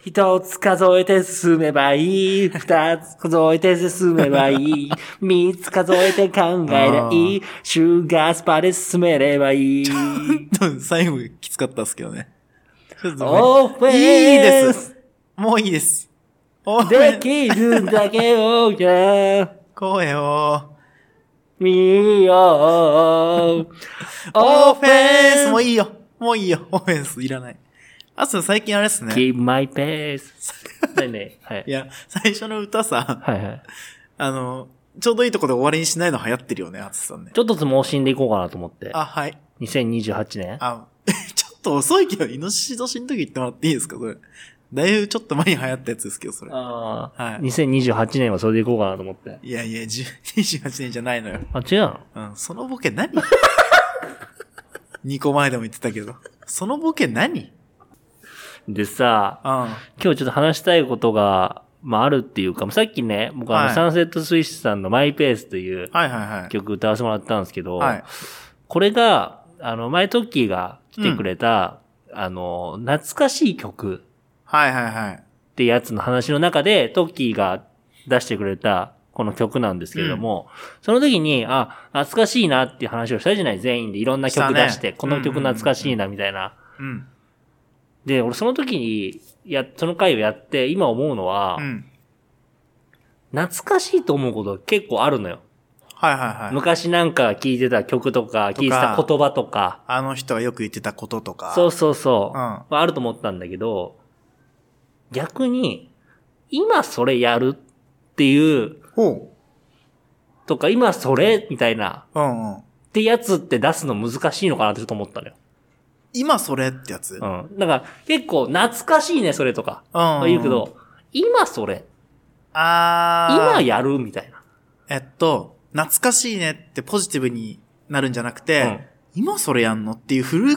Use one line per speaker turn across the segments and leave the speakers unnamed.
一つ数えて進めばいい。二つ数えて進めばい い。三つ数えて考えりゃいい。シュガースパで進めればいい。
最後きつかったっすけどね。ちょっとね
オフェンス
いいです。もういいです。お
できるだけをや、
声を。
見よう。
オフェンスもういいよ。もういいよ。オフェンスいらない。あと最近あれっすね。
Keep my pace. ねえねえ、はいい。
や、最初の歌さ、
はいはい。
あの、ちょうどいいとこで終わりにしないの流行ってるよね、あつさんね。
ちょっとずつ盲信でいこうかなと思って。
あ、はい。
2028年
あ、 ちょっと遅いけど、イノシシ年の時言ってもらっていいですか、それ。だいぶちょっと前に流行ったやつですけど、それ。
ああ、
はい
2028年はそれでいこうかなと思って。
いやいや、10 28年じゃないのよ。
あ、違うの
うん、そのボケ何 ?2 個前でも言ってたけど。そのボケ何
でさ、
うん。はい
今日ちょっと話したいことが、まああるっていうか、さっきね、僕あの、
はい
サンセットスイッチさんのマイペースという
はいはい。
曲歌わせてもらったんですけど、
はい。
これが、あの、前トッキーが来てくれた、あの、懐かしい曲
はいはいはい。
ってやつの話の中で、トッキーが出してくれた、この曲なんですけれども、その時に、あ、懐かしいなっていう話をしたじゃない全員でいろんな
した
曲
ね
出して、この曲懐かしいなみたいな。
うん。
で、俺その時に、や、その回をやって、今思うのは、
うん。
懐かしいと思うことが結構あるのよ。
はいはいはい。
昔なんか聴いてた曲とか、聴いてた言葉とか、
あの人がよく言ってたこととか。
そうそうそうう、
ん
まああると思ったんだけど、逆に、今それやるっていう、
ほ
とか、今それみたいな、
う。うんうん。
ってやつって出すの難しいのかなってちょっと思ったのよ。
今それってやつうん。
うん。だから、結構、懐かしいね、それとか。言うけ。ど、今それ、
あー。
今やるみたいな。
えっと、懐かしいねってポジティブになるんじゃなくて、
うん
今それやんのっていう古、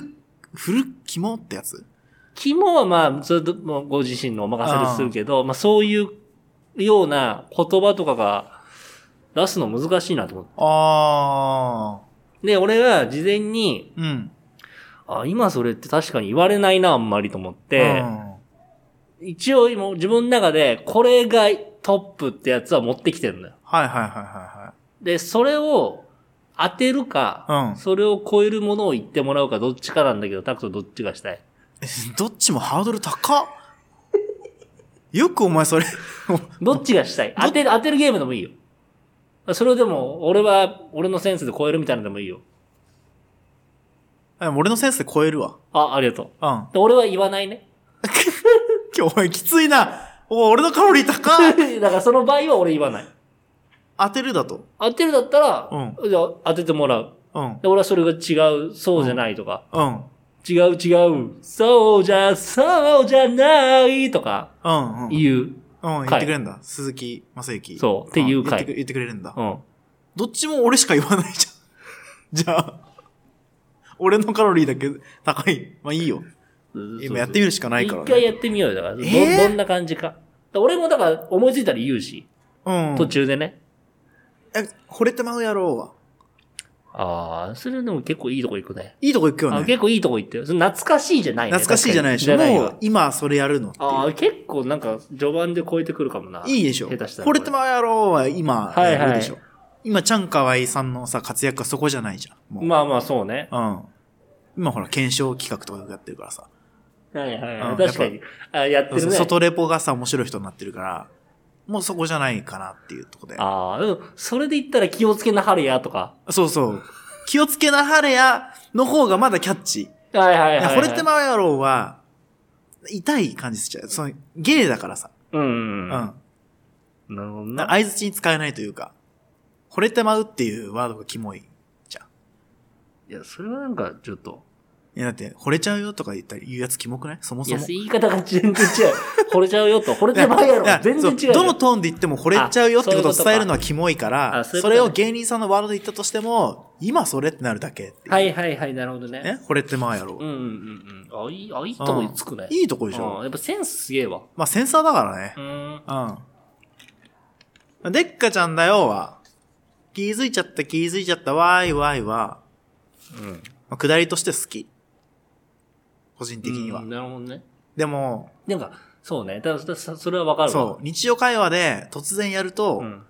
古肝ってやつ
肝はまあ、それともうご自身のお任せでするけど、まあそういうような言葉とかが出すの難しいなと思っ
あ
て。で、俺は事前に、
ー。うん。
あ、今それって確かに言われないな、あんまりと思って
う、ん
一応今自分の中でこれがトップってやつは持ってきてるんだよ。
はいはいはいは
で、それを当てるか、
うん
それを超えるものを言ってもらうかどっちかなんだけど、タクトどっちがしたい
いはい。どっちもハードル高っよくお前それ、
どっちがしたい当てる、当てるゲームでもいいよ。それをでも、俺は、俺のセンスで超えるみたいなのでもいいよ。
でも俺のセンスで超えるわ。
あ、ありがとう。
うん。
で俺は言わないね。
今日お前きついな。お前俺のカロリー高っ
だからその場合は俺言わない。
当てるだと。
当てるだったら、
う
じゃあ当ててもらう。
うん。
で、俺はそれが違う、そうじゃないとか、
うん。
違う違う、そうじゃ、そうじゃないとか
うん。うん。
言う。
うん、言ってくれるんだ。鈴木正幸。
そうっていうん回
言ってく言ってくれるんだ。
うん。
どっちも俺しか言わないじゃん。 じゃあ、俺のカロリーだけ高い。まあいいよ。今やってみるしかないから
一回
ね。
やってみようよ。だから、ど、
えー
どんな感じか。だ俺もだから、思いついたら言うし、
うん。
途中でね。
え、惚れてまうやろうわ。
ああ、それでも結構いいとこ行くね。
いいとこ行くよ
あ
ね。
結構いいとこ行ってる。それ懐かしいじゃないね。
懐かしいじゃないでしょ。
確かにじゃ
も
ないう
今それやるのっていう
ああ、結構なんか、序盤で超えてくるかもな。
いいでしょ。
下手したら。
惚れてまうやろうは今
はいはい
やるでしょ。今、ちゃんかわいさんのさ、活躍はそこじゃないじゃん。もう。
まあまあ、そうね。
うん。今ほら、検証企画とかよくやってるからさ。
はいはいは
う
い。
ん
確かに。あやってるね。
外レポがさ、面白い人になってるから、もうそこじゃないかなっていうとこで。
ああ、でも、それで言ったら気をつけなはれや、とか。
そうそう。気をつけなはれや、の方がまだキャッチ。
はいはいはい、はい。
惚れてまうやろうは、痛い感じしちゃう。その、ゲイだからさ。
うん
う。
うんん。
相
うん。なるほどな。
づちに使えないというか、惚れてまうっていうワードがキモいじゃん。
いや、それはなんか、ちょっと。
いや、だって、惚れちゃうよとか言ったり言うやつキモくないそも
い
そ
や、
も。
言い方が全然違う。惚れちゃうよと。惚れ
いや
てまうや
いや
ろ。全然違うよ。
そうどのトーンで言っても惚れちゃうよってこ
あそう
とを
いうことか
伝えるのはキモいから、
あそうい
そ
うことね
れを芸人さんのワードで言ったとしても、今それってなるだけっていう
はいはいはい、なるほどね。
ね、惚れてまうやろ
うんうんうんうん。あ、いい、あ、いいとこにつくね。
いいとこでし
う
ょ
ん。やっぱセンスすげえわ。
まあ、センサーだからね
う。ーん。
うん。でっかちゃんだよは、気づいちゃった気づいちゃったわーいわーいは、
うん。
まあ、下りとして好き。個人的には。
うんなるほどね。
でも、
なんか、そうね。だだそそれはわかるわ。
そう。日常会話で突然やると、
うん。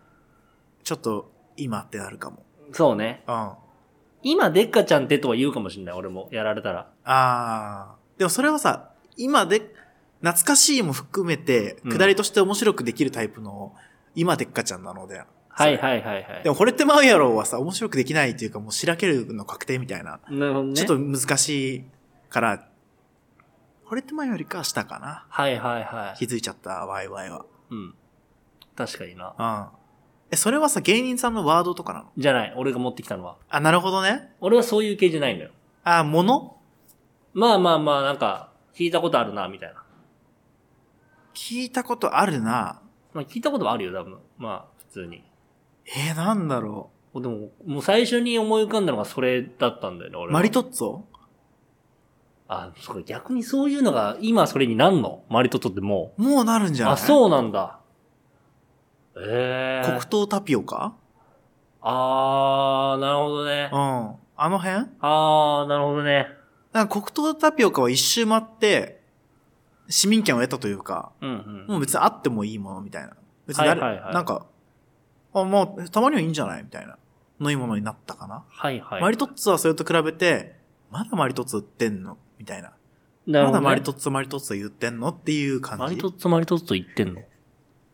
ちょっと今ってなるかも。
そうね。
うん。あ
今、でっかちゃんってとは言うかもしれない。俺も、やられたら。
あー。でもそれはさ、今で、懐かしいも含めて、
うん
下りとして面白くできるタイプの、今でっかちゃんなので。
はいはいはいはい。
でも、惚れてまうやろうはさ、面白くできないっていうか、もうしらけるの確定みたいな。
なるほどね。
ちょっと難しいから、惚れてまうよりかは下かな。
はいはいは
気
い。
づいちゃった、ワイワイは。
うん。確かにな。
うん。え、それはさ、芸人さんのワードとかなの
じゃない。俺が持ってきたのは。
あ、なるほどね。
俺はそういう系じゃないのよ。
あ、もの
まあまあまあ、なんか、聞いたことあるな、みたいな。
聞いたことあるな。
まあ聞いたことはあるよ、多分。まあ、普通に。
えー、なんだろ
でも、もう最初に思い浮かんだのがそれだったんだよね、
う。
俺は。
マリトッツォ
あ、そうか逆にそういうのが、今それになんのマリトッツォっても
もうなるんじ
う。
ゃない
あ、そうなんだ。ええ
黒
ー。
糖タピオカ
あー、なるほどね
うん。。あの辺
あー、なるほどね。
なんか黒糖タピオカは一周回って、市民権を得たというか、
うんう
も
ん。
う別にあってもいいものみたいな。別に誰、
はいはいはい
なんか、あ、まあ、たまにはいいんじゃないみたいな。のいいものになったかな。
はいはい。
マリトッツォはそれと比べて、まだマリトッツォ売ってんのみたいな。
なるほ
ま
ど
だ
ね
マリトッツォマリトッツォ言ってんのっていう感じ。
マリトッツォマリトッツォ言ってんの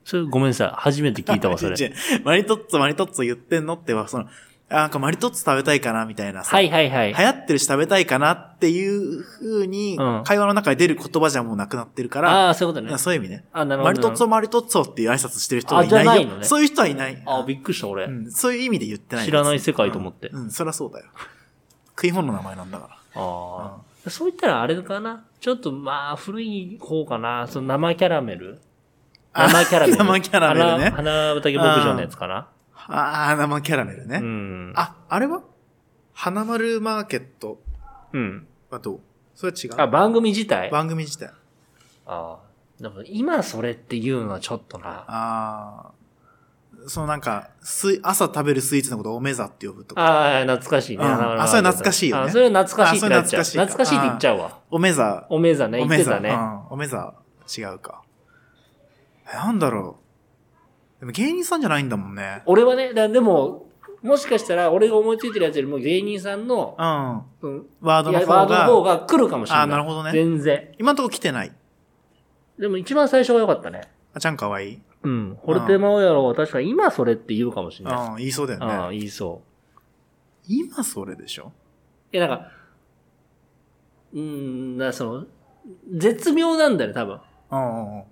それごめんなさい。初めて聞いたわ、それ。
違うマリトッツォマリトッツォ言ってんのっては、その、あなんかマリトッツォ食べたいかなみたいなさ。
はいはいはい。
流行ってるし食べたいかなっていう風に
うん、
会話の中で出る言葉じゃもうなくなってるから、
ああ、そういうことね
あ。そういう意味ね。
あ、なるほど。
マリトッツォ
ォ。
マリトッツォっていう挨拶してる人はいな
あ
い
じゃ
よ。
ないのね
そういう人はいない。
あびっくりした、俺。
うん、そういう意味で言ってない
知らない世界と思って
うん、うんそりゃそうだよ。食い物の名前なんだから。
ああ。そう言ったらあれかな。ちょっと、まあ、古い方かな。その生キャラメル
あ
生キャラメル。
生キャラメルね
花花畑牧場のやつかな。
ああ、生キャラメルね。
うん。
あ、あれは花丸マーケット
うん。
はどうそれは違
あ、
う。
番組自体あ
番組自体。
あ。でも今それって言うのはちょっとな。
ああ、そのなんか、スイ朝食べるスイーツのことをおめざって呼ぶとか。
ああ、懐かしいね。
うん
花
あそれ懐かしいよね
あそれは懐かしいってなっちゃう。
あそ
懐
れ懐か
か
し
し
い
い
か
って言っちゃうわ。
おめざ。
おめざね、言
お
っ
め
て
ざ、
た
う
ね。
ん。おめざ、違うか。えなんだろう。でも芸人さんじゃないんだもんね。
俺はね、だでも、もしかしたら俺が思いついてるやつよりも芸人さんの
う、ん。ワ
うん、
ード
い
の
や
方
ワードの方
が、
が来るかもしれない。
あなるほどね
全然。
今のとこ来てない。
でも一番最初が良かったね。
あちゃんかわいい。
うん。ホルテマオヤロは確かに今それって言うかもしれない。
うん、言いそうだよ
ああ、
ね。
言いそう。
今それでしょ
え、なんか、うーん、な、その、絶妙なんだよね、多分。
うんうんうん。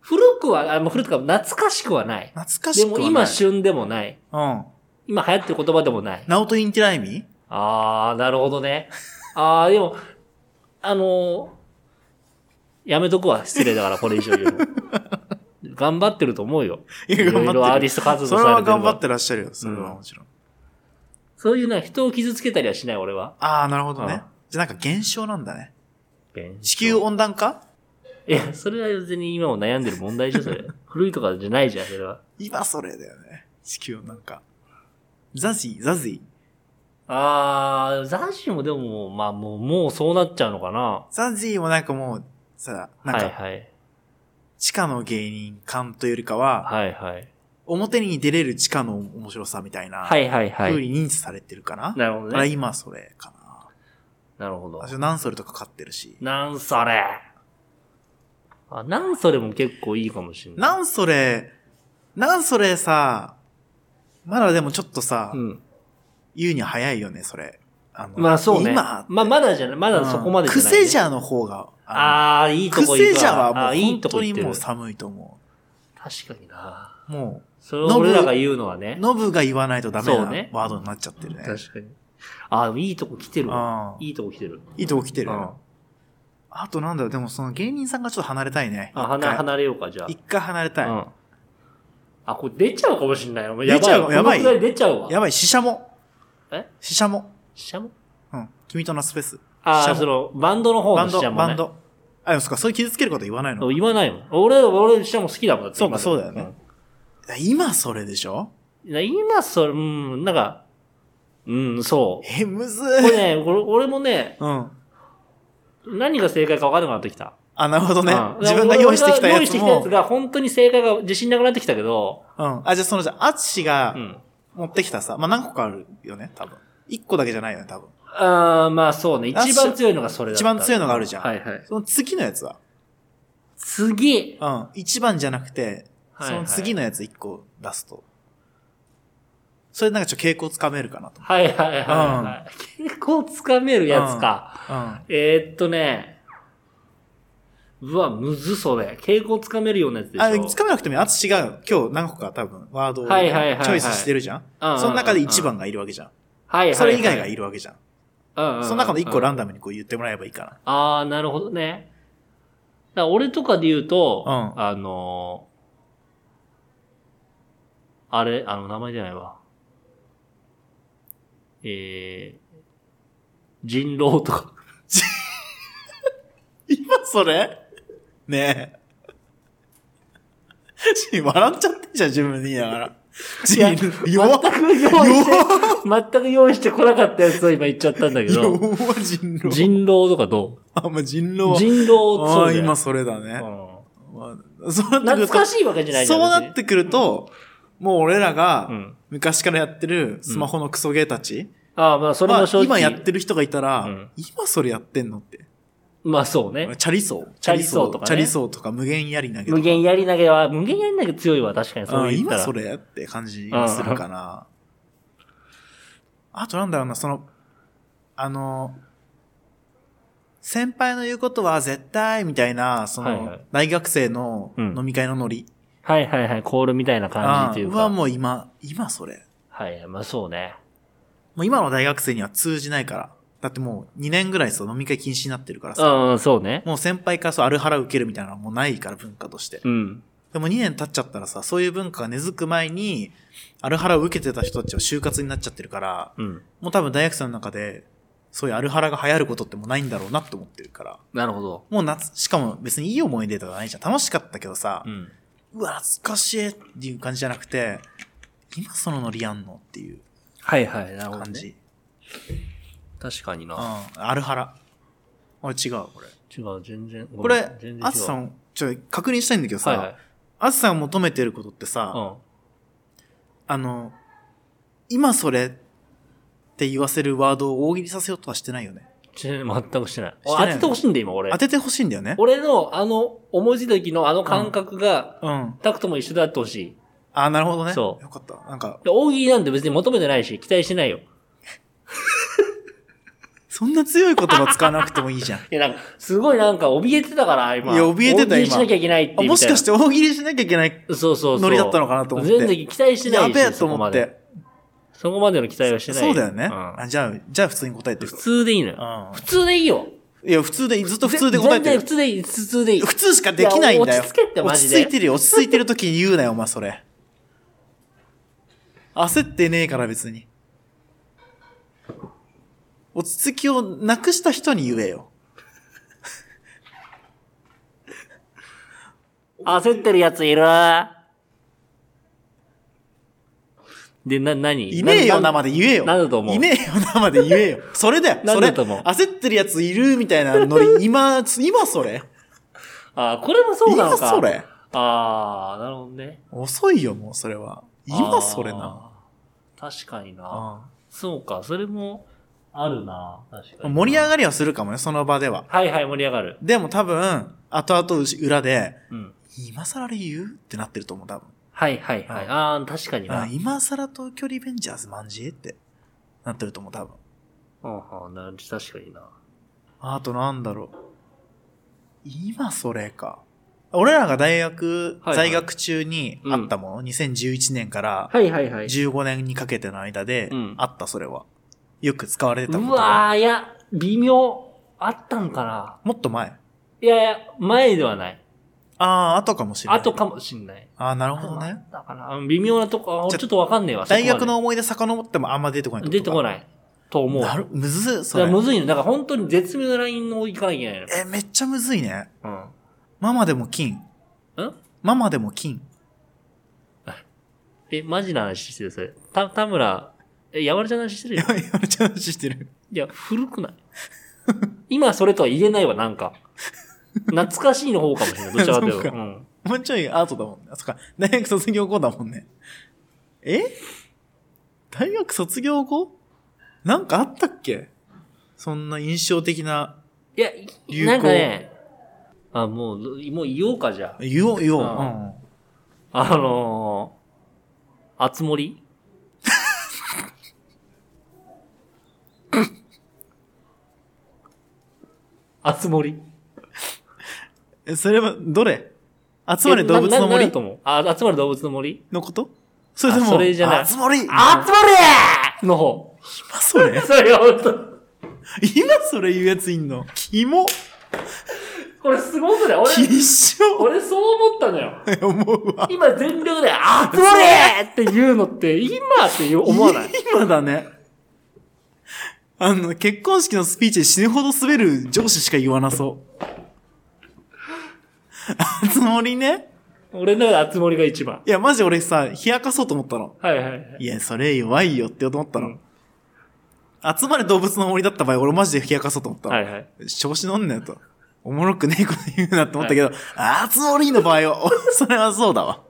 古くは、あ、もう古くは懐かしくはない。
懐かし
で
くは
も
ない。
今旬でもない。
うん。
今流行ってる言葉でもない。
ナオトインティライミ
あー、なるほどね。あー、でも、あのーやめとくわ、失礼だから、これ以上言う の。頑張ってると思うよ。
い
い
や頑張ってる
ろいろアーティスト活動
そ
さ
れ
れてる。
は頑張っててらっしゃるよ。それはもちろん。
そういうな、人を傷つけたりはしない、俺は。
ああ、なるほど
う
ね
ん。
じゃあなんか現象なんだね。地球温暖化
いや、それは別に今も悩んでる問題でしょ、そ れ。古いとかじゃないじゃん、それは。
今それだよね。地球温暖化。ザジー、ザジー。
あー、ザッシュもでも、まあもう、もうそうなっちゃうのかな。
ザジーもなんかもう、さ、なん
はい
か、
はい。
地下の芸人感というよりかは、
はいはい。
表に出れる地下の面白さみたいな、
はいはいは
風
い。
に認知されてるかな。
なるほ
だか
ど
ら
ね。
今それかな。
なるほど。
私何それとか買ってるし。
なんそれあ、なんそれも結構いいかもしれない。
なんそれ、なんそれさ、まだでもちょっとさ、
うん。
言うには早いよね、それ。あの
まあそうね。
今、
まあまだじゃない。まだそこまでじゃない、ね。
クセジャーの方が、あ
ああ、いい
の
と
ク
こ行くわ
セジャーはも
あ
う
ーいい
本
とこ
当
行
に
って
もう
る。
寒いと思
確かにな。
う。も
それを俺らが言うのは
う、
ね。
ノブが言わないとダメ
そう
な
ね
ワードになっちゃってるね。
確かに。ああ、でもいいとこ来てるわ。
ああ
いいとこ来てる。
いいとこ来てる
うん
よ。あとなんだろう、でもその芸人さんがちょっと離れたいね。
あ、は
一回
な離れようか、じゃあ。
一回離れた
う
い。
ん。あ、これ出ちゃうかもしれないよ。
出ちゃう
やばいわ。
やばい
このくら出ちゃうわ。
やばい、死者も。
え
死者も。
シャモ
うん。君とのスペース。
あ
シャ
あ、
モ
その、バンドの方
バ
の
ン
シャ
ド、
モ、ね。
バンド。あ、でもそっか、そういう傷つけることは言わない
そ
の
う。
い
言わないもん。俺、俺、シャモ好きだもん。だって
そうか
今
そうだよねや今それでしょ
な今それ、うん、なんか、うん、そう。
え、むず
こ
い。
れね、これ俺もね、
うん。
何が正解か分からなくなってきた。
ああ、なるほどね
うん。
自分が用意してきたや
俺
つ
が用意してきたや
も
つ。が本当に正解が自信なくなってきたけど、
うん。あ、じゃあその、じゃあ、アツシが
うん。
持ってきたさ、まあ何個かあるよね、多分。一個だけじゃないよね、多分。
あーまあそうね。
あ
一番強いのがそれだった。
一番強いのがあるじゃん
はいはい。
その次のやつは。
次
うん。一番じゃなくて、
はい
その次のやつ一個出すと。それなんかちょっと傾向つかめるかなと。
はいはいはい、はい結構つかめるやつか。
うん。
えーっとね。うわ、むずそれ。傾向つかめるようなやつでしょ。
あ、つかめなくてもいい、アツシが今日何個か多分ワードをチ
はいはいはいはい
ョイスしてるじゃん。
うんうんうんうん
その中で一番がいるわけじゃん。
はいはいはい。
それ以外がいるわけじゃん。
うんうんうん。
その中の一個ラ
ン。
ンダムにこう言ってもらえばいいか
ああ、なるほどね。だから俺とかで言うと、
うん
あのーあれ、あの、名前じゃないわ。えー、人狼とか。
な。今それねえ。し笑っちゃってんじゃん、自分で言いながら。ジ
や
ン、弱っ
全く用意して、全く用意してこなかったやつを今言っちゃったんだけ
弱
ど、
っ人狼。
人狼とかど
あ、まあ、人
う
狼は。
人狼
あ
そう
あ、
じゃん
今それだね。
う
まあそうなっ
ん懐
てくると
かしいわけじゃないじゃ
そ
ん。
うなっ
別に
てくると、もう俺ら
う
が
ん。
昔からやってるスマホのクソゲーたち、
ああ、まあ、それ
ま
も
あ
正直。
今やってる人がいたら、
うん
今それやってんのって。
まあ、そうね。
チャリソー。
チャリソーとかね
チャリソーとか無限やり投げとか。
無限やり投げは、無限やり投げ強いわ、確かに。そう
うん
言った
今
ら。
それって感じにするかな。あとなんだろうな、その、あの、先輩の言うことは絶対みたいな、そ
はいは
の
い、
大学生の
うん
飲み会のノリ。
はいはいはい、コールみたいな感じといううんか。
はもう今、今それ。
はいはい、まあそうね。
もう今の大学生には通じないから。だってもう2年ぐらいそう飲み会禁止になってるから
う
さ。
んうん、そうね。
もう先輩からそうアルハラ受けるみたいなのはもうないから文化として。
うん。
でも2年経っちゃったらさ、そういう文化が根付く前に、アルハラを受けてた人たちは就活になっちゃってるから、
うん。
もう多分大学生の中で、そういうアルハラが流行ることってもうないんだろうなって思ってるから。
なるほど。
もう夏、しかも別にいい思い出とかないじゃん。楽しかったけどさ
う、ん。
うわ、懐かしいっていう感じじゃなくて、今そのノリやんのっていう
はいはい、なるほど、
感
ね。
じ。
確かに
う
な。
ん、アルハラ。あ、違う、これ。
違う、全然。
こ
こ
れ
全、然違う。
アツさん、ちょ、確認したいんだけど
はいは
さ
い、。
アツさんが求めてることってさ、
うん。
あの、今それって言わせるワードを大喜利させようとはしてないよね。
全然全くしてない。
してない
当ててほしいんで、今俺
当。ててほしいんだよね。
俺の、あの、思いついた時のあの感覚が、
うん。
タクトも一緒であってほしい。
あなるほどね。
そう
よかった。なんか、
で大喜利なんて別に求めてないし、期待してないよ。
そんな強い言葉使わなくてもいいじゃん。
いや、なんか、すごいなんか、怯えてたから、今。
いや怯えてた
大喜利しなきゃいけないって。
あもしかしてて大喜利しなきゃいけない
そうそうそう。
ノリだったのかなと思って
全然期待してない
や
し。
べえと
そこ
思
ま
っ
で
て。
そこまでの期待はしてない。
そうだよね。
ん
あじゃあ、じゃあ普通に答えてる
普。通でいいの
う
よ。
ん
普通でいいよ。
いや、普通でいい、ずっと普通で答え
全
て
然
る
普。通でいい。普通 でいい。
普通しかできないんだ
い
よ。
や落ち着けってマジで
落ち着いてるよ。落ち着いてる時に言うなよ、お前それ。焦ってねえから別に。落ち着きをなくした人に言えよ。
焦ってるやついるで、な、何
いねえよなま
で。
で言えよ。
なんだと思う
いねえよなまで言えよ。それだよ。
なん
それ。
だと思う
焦ってるやついるみたいなノ リ、今、今それ
あ、これもそうなの
今
か。
それ
あー、なるほどね。
遅いよ、もうそれは。今それ
あ
な。
ー。確かにな。
う
そうか、それも、あるな。確かに。
ん盛り上
る。
がりはするかもね、その場では。
はいはい、盛り上がる。
でも多分、後々裏で、
うん。
今更あれ言うってなってると思う、多分。
はいはいはい。
うん
あー、確かにな。
あ
うん
今更東京リベンジャーズマンジエってなってると思う、多分。
うん、な確かにな。
あとなんだろう。今それか。俺らが大学、
はいはい
在学中にあったもの、2011年から
はいはいはい。
15年にかけての間で
うん
あった、それは。よく使われてた
う
ことは。
わー、いや、微妙、あったんかな。
もっと前。
いやいや、前ではない。
ああ、後かもしれない。
後かもしんない。
ああ、なる
だ
ほどね。
から、うん微妙なとこ、
じゃ
あちょっとわかんねえわ。
大学
そこ
の思い出遡ってもあんま出てこな
ま
い
で出てこ
い。
ない。と思う。
なる、むず、
そ
そ
れ
れ。
むずいの。だから本当に絶妙なラインのいかなきゃいけないの。
え、めっちゃむずいね。
うん。
ママでも金。
ん
ママでも金。
え、マジな話してる、それ。た、田村、え、やわらちゃんの話してる
い
よ
や、。今の話してる。
いや、古くない今それとは言えないわ、なんか。懐かしいの方かもしれない。どちらかという
そう
と。
か
うん
もうちょいアートだもんね。あ、そっか。大学卒業後だもんね。え大学卒業後なんかあったっけそんな印象的な、
いや、
流行
なんかね、あ、もう、もう言おうか、じゃ
言おう、言おう。う
ああ
ん。
あ。あのー、あつ 森あつ森
え、それは、どれ集まれ動物の
なな
森
だと思うあ、集まれ動物の森
のことそれとも、
あそれじゃない
集まれ
あつ森の方。
今それ
それが本当
今それ言うやついんのキモ
これすごくない俺、
必勝
俺そう思ったのよ。
思うわ。
今全力で、 あつ森って言うのって、今って言う思わない
今だね。あの、結婚式のスピーチで死ぬほど滑る上司しか言わなそう。あつ森ね。
俺の中で熱盛が一番。
いや、マジ俺さ、冷やかそうと思ったの。
はいはいはい。
いや、それ弱いよって思ったの。
うん
集まれ動物の森だった場合、俺マジで冷やかそうと思ったの。
はいはい。
調子乗んなよと。おもろくねえこと言うなって思ったけど、あつ森の場合は、お それはそうだわ。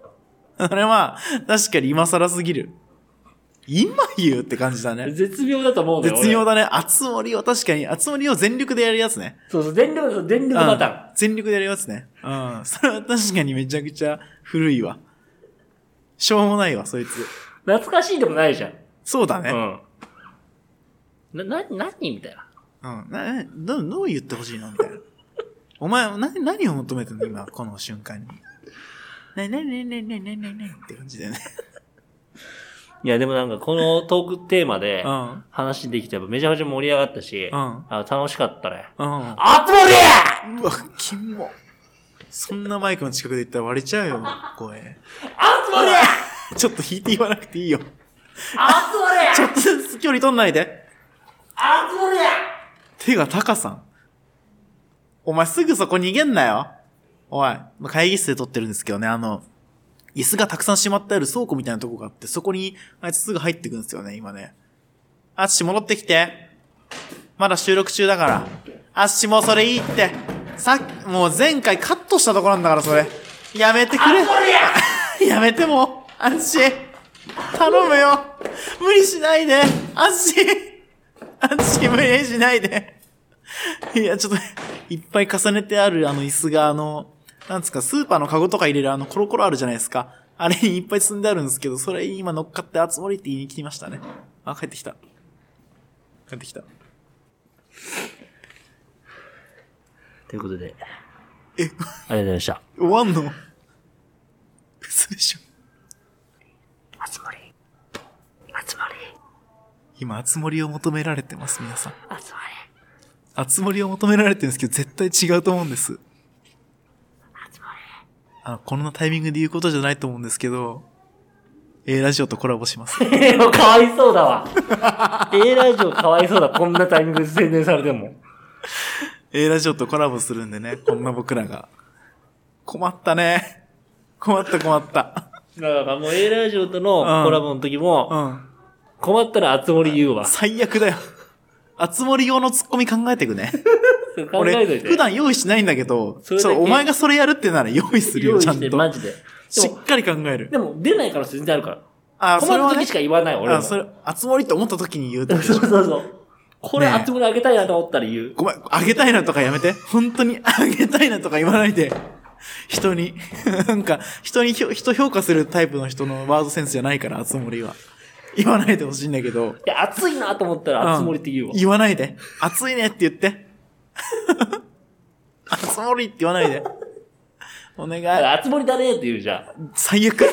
それは、確かに今更すぎる。今言うって感じだね。
絶妙だと思うのよ。
絶妙
だ。
だね。熱盛を確かに、熱盛を全力でやるやつね。
そうそう、全力、全力パターン。
うん全力でやるやつね。うん。 それは確かにめちゃくちゃ古いわ。しょうもないわ、そいつ。
懐かしいでもないじゃん。
そうだね。
うん。な、な、何みたいな。
うん。な、ど、どう言ってほしいのみたいな。 お前、な、何を求めてんの今、この瞬間に。な、な、な、な、な、な、な、な、って感じだよね。
いや、でもなんかこのトークテーマで
うん。
話できてやっぱめちゃめちゃ盛り上がったし、
うん
あ楽しかったね。
うん。
あつ森
うわ、キモ。そんなマイクの近くで言ったら割れちゃうよ、声。
あつ森
ちょっと引いて言わなくていいよ。
あつ
ちょ
森
っとずつ距離取んないで。
あつ森
手が高さん。お前すぐそこ逃げんなよ。おい、まあ会議室で撮ってるんですけどね、あの、椅子がたくさんしまってある倉庫みたいなとこがあって、そこにあいつすぐ入ってくんですよね、今ね。あっし戻ってきて。まだ収録中だから。あっしもうそれいいって。さっき、もう前回カットしたとこなんだから、それ。やめてくれ。 やめてもう、アッシー。頼むよ。無理しないで。アッシー。アッシー無理しないで。いや、ちょっと、いっぱい重ねてあるあの椅子が、あの、なんですか、スーパーのカゴとか入れるあのコロコロあるじゃないですか。あれにいっぱい積んであるんですけど、それ今乗っかって熱盛って言いに来ましたね。あ、帰ってきた。帰ってきた。
ということで、あ
え、
りがとうございました。
終わんの嘘でしょ。
あつ森あつ森
今、熱盛を求められてます、皆さん。
あつ森
熱盛を求められてるんですけど、絶対違うと思うんです。あの、こんなタイミングで言うことじゃないと思うんですけど、A ラジオとコラボします。
えー、 かわいそうだわ。A ラジオかわいそうだ。こんなタイミングで宣伝されても。
A ラジオとコラボするんでね、こんな僕らが。困ったね。困った困った。
だからもう A ラジオとの
うん
コラボの時
う
も、
ん。
困ったら熱盛言うわ。
最悪だよ。熱盛用のツッコミ考えてくね。
考えといて。
普段用意しないんだけど、ち
そ
ょ
れ
っ
だけ
とお前がそれやるってなら用意する
用
よ、
意
ちゃ
し
ん
て、マ
と。
ジで。
しっかり考える。
でも、出ないから全然あるから。
あ
困った時しか言わない、俺も。
あ、
そ
そうれ、熱盛って思った時に言うってこと
そうそう。これ
ねえ
熱盛あげたいなと思ったら言う。
ごめん、あげたいなとかやめて。本当にあげたいなとか言わないで。人に。 なんか、人にひょ、人評価するタイプの人のワードセンスじゃないから、熱盛は。言わないでほしいんだけど。
いや、熱いなと思ったら熱盛って言うわ。
言わないで。熱いねって言って。 熱盛って言わないで。お願
だか
い。
ら熱盛だねって言うじゃん。
最悪。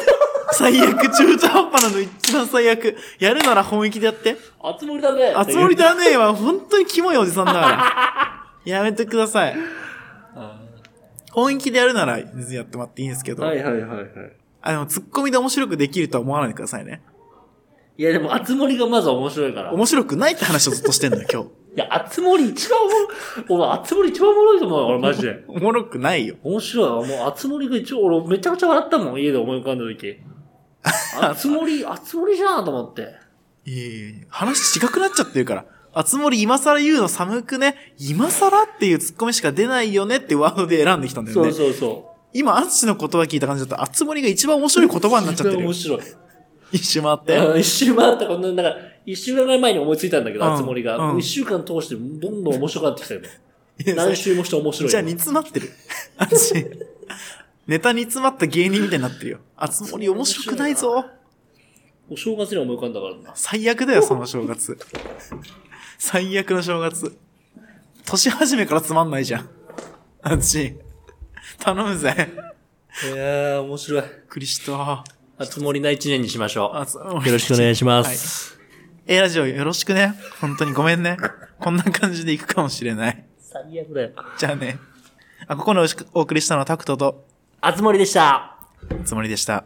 最悪。中途半端なの一番最悪。やるなら本気でやって。
熱盛だねって
熱
言う。
盛だねーは本当にキモいおじさんだから。 やめてください。本気でやるならやってもらっていいんですけど、
はいはいはいはい。
あの、ツッコミで面白くできるとは思わないでくださいね。
いや、でも熱盛がまず面白いから。い
面白くないって話をずっとしてん のよ、今日。
や、熱盛一番おもろい。俺、熱盛一番おもろいと思うよ、俺マジで。
おもろくないよ。
面白いわ。もう、熱盛が一応、俺、めちゃくちゃ笑ったもん、家で思い浮かんだ 時。熱盛、熱盛じゃんと思って。
いやいやいや話違くなっちゃってるから。あつ森今更言うの寒くね、今更っていうツッコミしか出ないよねってワードで選んできたんだよ
そう
ね。
そうそ
今、アツシの言葉聞いた感じだと、あつ森が一番面白い言葉になっちゃっ
う。
てる
面
よ。
白い。
一周回って。
うん一周回った、こんな、なんか、一週間ぐらい前に思いついたんだけど、
うん
あつ森
う
が。
ん
一週間通して、どんどん面白くなってきたよ。
いや
何周もして面白い。
じゃあ煮詰まってる。あっち。ネタ煮詰まった芸人みたいになってるよ。あつ森面白くないぞ。
お正月に思い浮かんだからな。
最悪だよ、その正月。最悪の正月。年始めからつまんないじゃん。あっち。頼むぜ。
いやー、面白い。
クリスト。
あつ森な一年にしましょ
あつ
う。よろしくお願いしま
はい
す。
え、ラジオよろしくね。本当にごめんね。こんな感じでいくかもしれない。
最悪だよ。
じゃあね。あ、ここのおしお送りしたのはタクトと
あつ森でした。
つもりでした。